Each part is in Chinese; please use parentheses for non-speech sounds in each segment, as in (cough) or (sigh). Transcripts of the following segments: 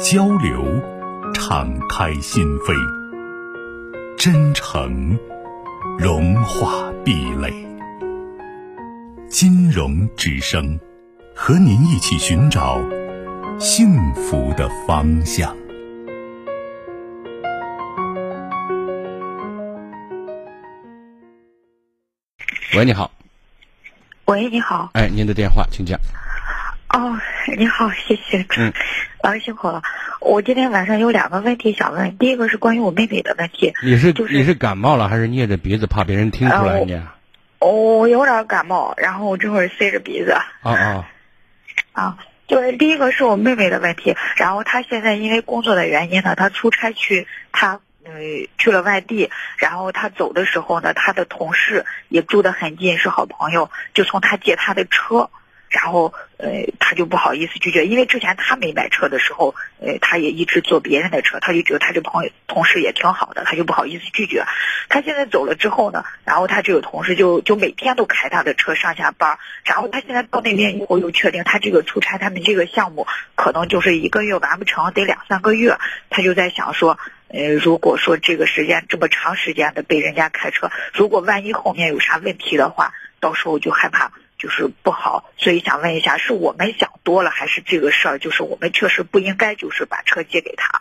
交流，敞开心扉，真诚融化壁垒。金融之声，和您一起寻找幸福的方向。喂，你好，喂，你好。哎，您的电话，请讲。哦，你好， (laughs) 谢谢主，嗯老师辛苦了。我今天晚上有两个问题想问，第一个是关于我妹妹的问题。你是、就是你是感冒了还是捏着鼻子怕别人听出来啊我你？啊我有点感冒，然后我这会儿塞着鼻子啊啊。就是第一个是我妹妹的问题，然后她现在因为工作的原因呢，她出差去，她呃去了外地，然后她走的时候呢，她的同事也住得很近，是好朋友，就从她借她的车。然后，呃，她就不好意思拒绝，因为之前她没买车的时候，呃，她也一直坐别人的车，她就觉得她这朋友同事也挺好的，她就不好意思拒绝。她现在走了之后呢，然后她这个同事就就每天都开她的车上下班儿，然后她现在到那边以后又确定她这个出差，他们这个项目可能就是一个月完不成，得两三个月，她就在想说。呃，如果说这个时间这么长时间的被人家开车，如果万一后面有啥问题的话，到时候就害怕就是不好，所以想问一下，是我们想多了，还是这个事儿就是我们确实不应该就是把车借给他？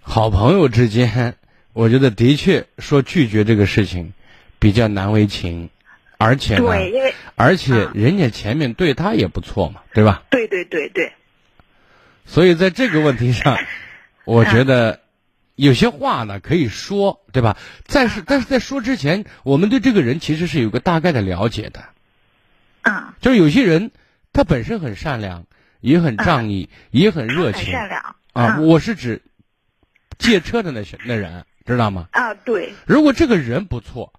好朋友之间，我觉得的确说拒绝这个事情比较难为情，而且呢，对，因为而且啊人家前面对他也不错嘛，对吧？对对对对，所以在这个问题上，我嗯觉得有些话呢可以说，对吧？但嗯是但是在说之前，我们对这个人其实是有个大概的了解的。嗯，就是有些人他本身很善良，也很仗义，也很热啊他很情善良啊。嗯我是指借车的那些那人，知道吗？啊，对，如果这个人不错，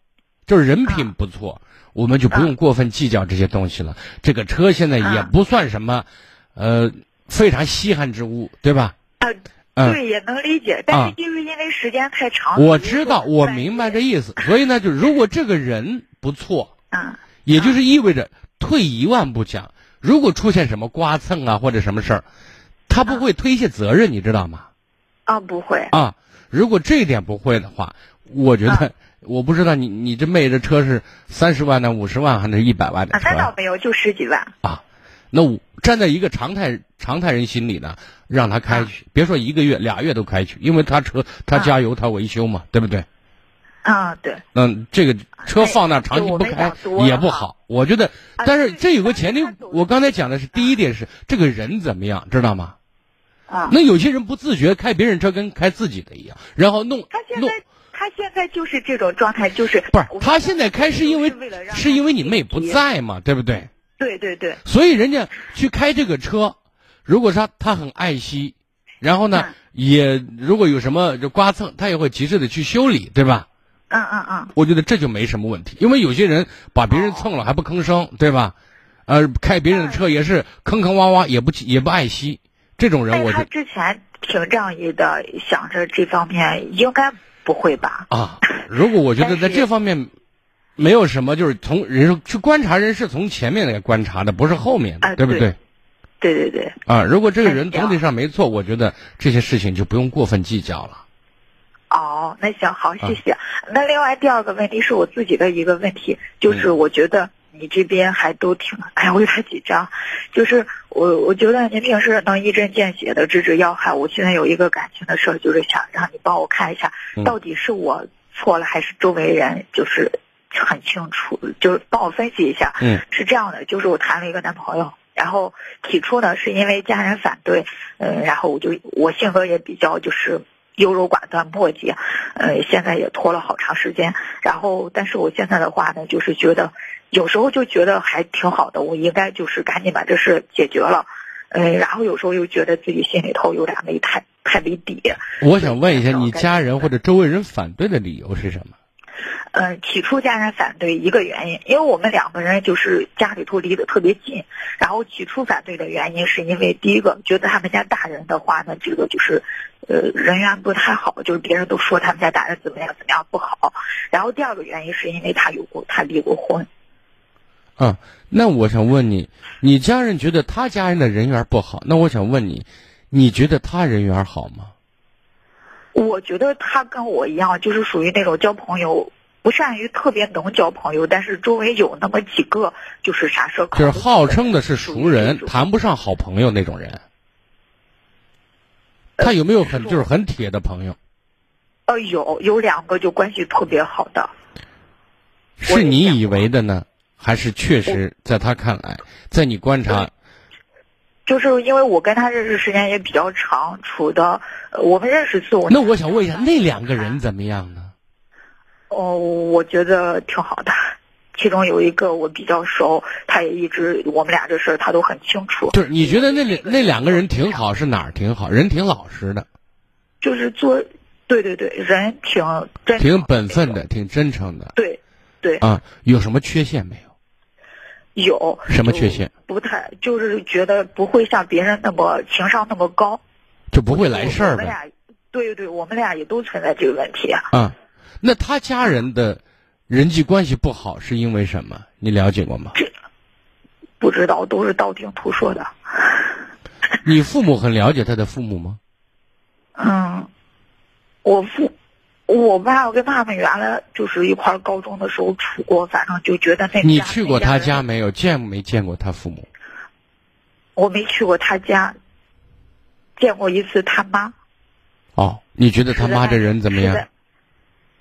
就是人品不啊错，我们就不用过分计较这些东西了。这个车现在也啊不算什么，呃，非常稀罕之物，对吧？啊，嗯对，也能理解，但啊是就是因为时间太长，我比如知啊说道，我半明白夜这意思。所以呢，就如果这个人不错，啊也就是意味着退一万步讲，如果出现什么刮蹭啊或者什么事儿，他不会推卸责任，你知道吗？啊，不会，啊，如果这一点不会的话，我觉啊得、我不知道你你这妹这车是三十万呢、五十万还是一百万的啊，车那倒啊？没有，就十几万，那我站在一个常态常态人心里呢，让他啊开去，别说一个月俩月都开去，因为他车他加油、他维修嘛，对不对？啊，对，嗯，这个车哎放那儿长就期我不们开想多也了不哈好，我觉得。啊但是对这有个但是前提他，嗯走我了刚才讲的是第一点是这个人怎么样，知道吗？啊，那有些人不自觉开别人车跟开自己的一样，然后弄他现弄在他现在就是这种状态，就是不是我他现在开是因为就是为了让是他因为你妹不急在嘛，对不对？对对对，所以人家去开这个车，如果说他很爱惜，然后呢嗯也如果有什么就刮蹭，他也会及时的去修理，对吧？嗯嗯嗯，我觉得这就没什么问题，因为有些人把别人哦蹭了还不吭声，对吧？呃，开别人的车也是坑坑洼洼，也不也不爱惜，这种人但我是就他之前挺仗义的，想着这方面应该不会吧？啊，如果我觉得但是在这方面没有什么，就是从人生去观察人是从前面来观察的，不是后面的，哎对不对对？对对对，啊，如果这个哎人这样总体上没错，我觉得这些事情就不用过分计较了。哦，那行啊好，谢谢。那另外第二个问题是我自己的一个问题，就是嗯我觉得你这边还都挺，哎呀，我有点紧张。就是我我觉得您平时能一针见血的直指要害，我现在有一个感情的事儿，就是想让你帮我看一下嗯，到底是我错了，还是周围人就是很清楚，就是帮我分析一下。嗯是这样的，就是我谈了一个男朋友，然后起初呢是因为家人反对，嗯，然后我就我性格也比较就是优柔寡断、磨叽，呃，现在也拖了好长时间。然后，但是我现在的话呢，就是觉得有时候就觉得还挺好的，我应该就是赶紧把这事解决了。呃，然后有时候又觉得自己心里头有点没太太没底。我想问哎一下，你家人或者周围人反对的理由是什么？呃，起初家人反对一个原因，因为我们两个人就是家里头离得特别近，然后起初反对的原因是因为第一个觉得他们家大人的话呢，这个就是，呃，人缘不太好，就是别人都说他们家大人怎么样怎么样不好，然后第二个原因是因为他有过他离过婚，啊，那我想问你，你家人觉得他家人的人缘不好，那我想问你，你觉得他人缘好吗？我觉得他跟我一样，就是属于那种交朋友。不善于特别能交朋友，但是周围有那么几个，就是啥事儿就是靠得住号的称的是熟人，属于那种啊谈不上好朋友那种人。他有没有很就是很铁的朋友？呃，有有两个就关系特别好的，是我也见你过以为的呢，还是确实在他看来，在你观察就是因为我跟他认识时间也比较长，处的、呃我们认识四五年。那我啊想问一下，那两个人怎么样呢？哦，我觉得挺好的。其中有一个我比较熟，他也一直我们俩这事儿他都很清楚，就是你觉得那两那两个人挺好，是哪儿挺好？人挺老实的，就是做，对对对，人挺真，挺本分，的，挺真诚的对对，啊。有什么缺陷没有？有什么就缺陷？不太，就是觉得不会像别人那么情商那么高，就不会来事我儿呗们俩，对对对，我们俩也都存在这个问题。啊。那他家人的人际关系不好是因为什么？你了解过吗？不知道，都是道听途说的。你父母很了解他的父母吗？嗯，我父，我爸我跟他们原来就是一块儿高中的时候处过，反正就觉得那你家去过他家那人没有？见没见过他父母？我没去过他家，见过一次他妈。哦，你觉得他妈这人怎么是的样？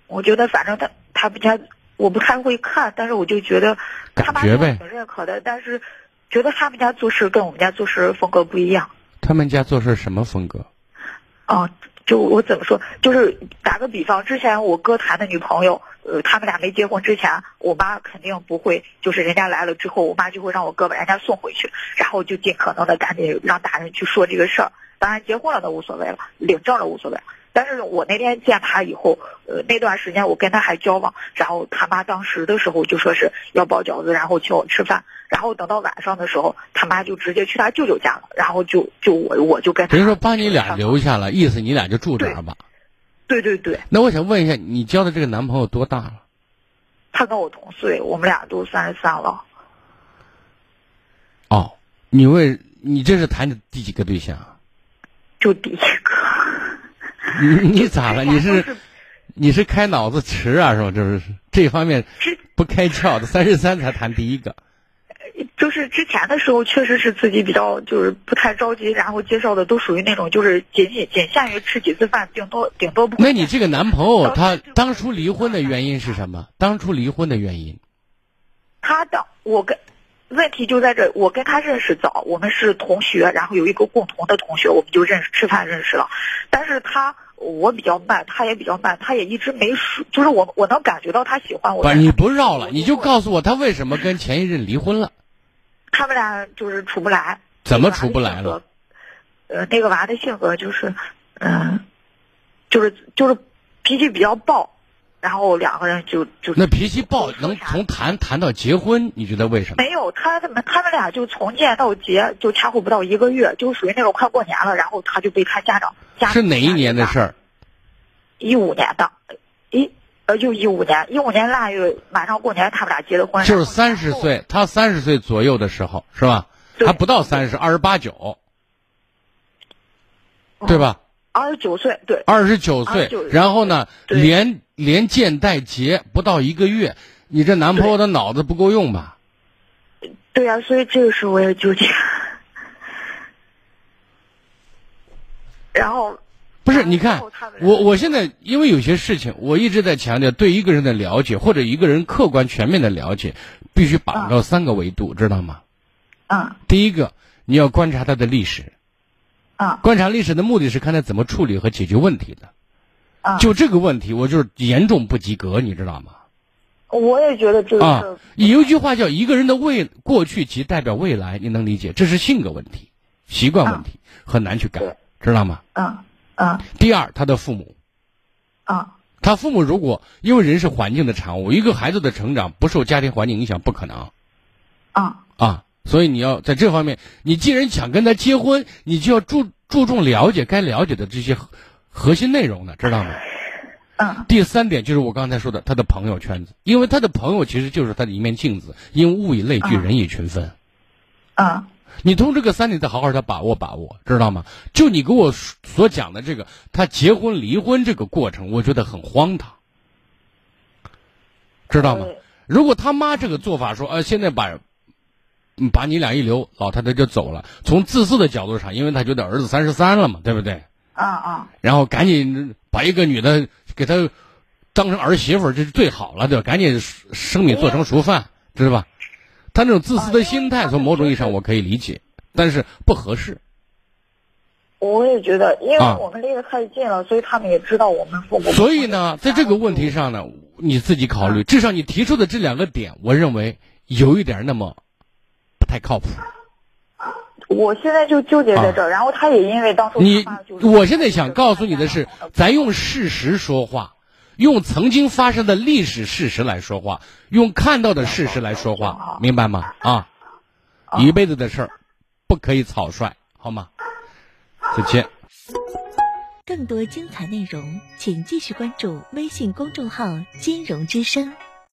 我觉得反正他他不家我不太会看，但是我就觉得感他妈觉是我呗挺认可的，但是觉得他们家做事跟我们家做事风格不一样。他们家做事什么风格？啊，就我怎么说，就是打个比方，之前我哥谈的女朋友，呃，他们俩没结婚之前，我妈肯定不会，就是人家来了之后，我妈就会让我哥把人家送回去，然后就尽可能的赶紧让大人去说这个事儿。当然结婚了都无所谓了，领证了无所谓了。但是我那天见他以后，呃，那段时间我跟他还交往，然后他妈当时的时候就说是要包饺子，然后请我吃饭，然后等到晚上的时候，他妈就直接去他舅舅家了，然后就就我我就跟他等于说把你俩上留下了，意思你俩就住这儿吧？对对对，那我想问一下，你交的这个男朋友多大了？他跟我同岁，我们俩都三十三了。哦，你为你这是谈的第几个对象啊？就第一个，你你咋 (laughs) 了？你之前都是你是开脑子迟啊？是吧？就是这方面之不开窍的，三十三才谈第一个。就是之前的时候，确实是自己比较就是不太着急，然后介绍的都属于那种就是仅仅仅限于吃几次饭，顶多顶多不会那你这个男朋友当他时就当初离婚的原因是什么？当初离婚的原因？他的我跟问题就在这，我跟他认识早，我们是同学，然后有一个共同的同学，我们就认识吃饭认识了。但是他我比较慢，他也比较慢，他也一直没说，就是我我能感觉到他喜欢我。不是，但你是不绕了，我你就就会告诉我他为什么跟前一任离婚了？他们俩就是处不来。怎么处不来了？呃，那个娃的性格就是，嗯、就是就是脾气比较暴，然后两个人就就那脾气暴我说能啥从谈谈到结婚，你觉得为什么？没有他们他们俩就从见到结就掐火不到一个月，就属于那种快过年了，然后他就被他家长家是哪一年的事儿？儿？一五年的，一呃就一五年，一五年腊月马上过年，他们俩结的婚，就是然后三十，岁，他三十岁左右的时候是吧？对还不到三十，二十八九，对吧？二十九岁，对二十九岁29，然后呢，对连连见带结不到一个月，你这男朋友的脑子不够用吧？对呀、所以这个时候我也纠结。 (laughs) 然后不是，然你后看他们我，我现在因为有些事情，我一直在强调，对一个人的了解或者一个人客观全面的了解，必须把握三个维度，知道吗？嗯第一个，你要观察他的历史，嗯观察历史的目的是看他怎么处理和解决问题的。嗯，就这个问题，我就是严重不及格，你知道吗？我也觉得这个啊事儿，有一句话叫“一个人的未过去即代表未来”，你能理解？这是性格问题，习惯问题，很难去改，对知道吗？嗯嗯第二，他的父母，嗯他父母如果因为人是环境的产物，一个孩子的成长不受家庭环境影响不可能嗯啊，所以你要在这方面，你既然想跟他结婚，你就要注注重了解该了解的这些核核心内容呢，知道吗？嗯第三点就是我刚才说的，他的朋友圈子，因为他的朋友其实就是他的一面镜子，因为物以类聚，嗯人以群分。嗯你通过这个三点，再好好的把握把握，知道吗？就你给我说所讲的这个，他结婚离婚这个过程，我觉得很荒唐，知道吗对？如果他妈这个做法说，呃，现在把嗯把你俩一留，老太太就走了。从自私的角度上，因为他觉得儿子三十三了嘛，对不对？嗯嗯，然后赶紧把一个女的给她当成儿媳妇儿，这是最好了，对吧？赶紧生米做成熟饭，知道吧？他那种自私的心态，从某种意义上我可以理解，但是不合适。我也觉得，因为啊我们离得太近了，所以他们也知道我们父母。所以呢，在这个问题上呢，你自己考虑，至少你提出的这两个点，我认为有一点那么不太靠谱。我现在就纠结在这儿，然后他也因为当初啊你他爸就是，嗯我现在想告诉你的是，咱用事实说话，用曾经发生的历史事实来说话，用看到的事实来说话，明白吗？啊，一辈子的事儿，不可以草率，好吗？再见。更多精彩内容，请继续关注微信公众号“金融之声”。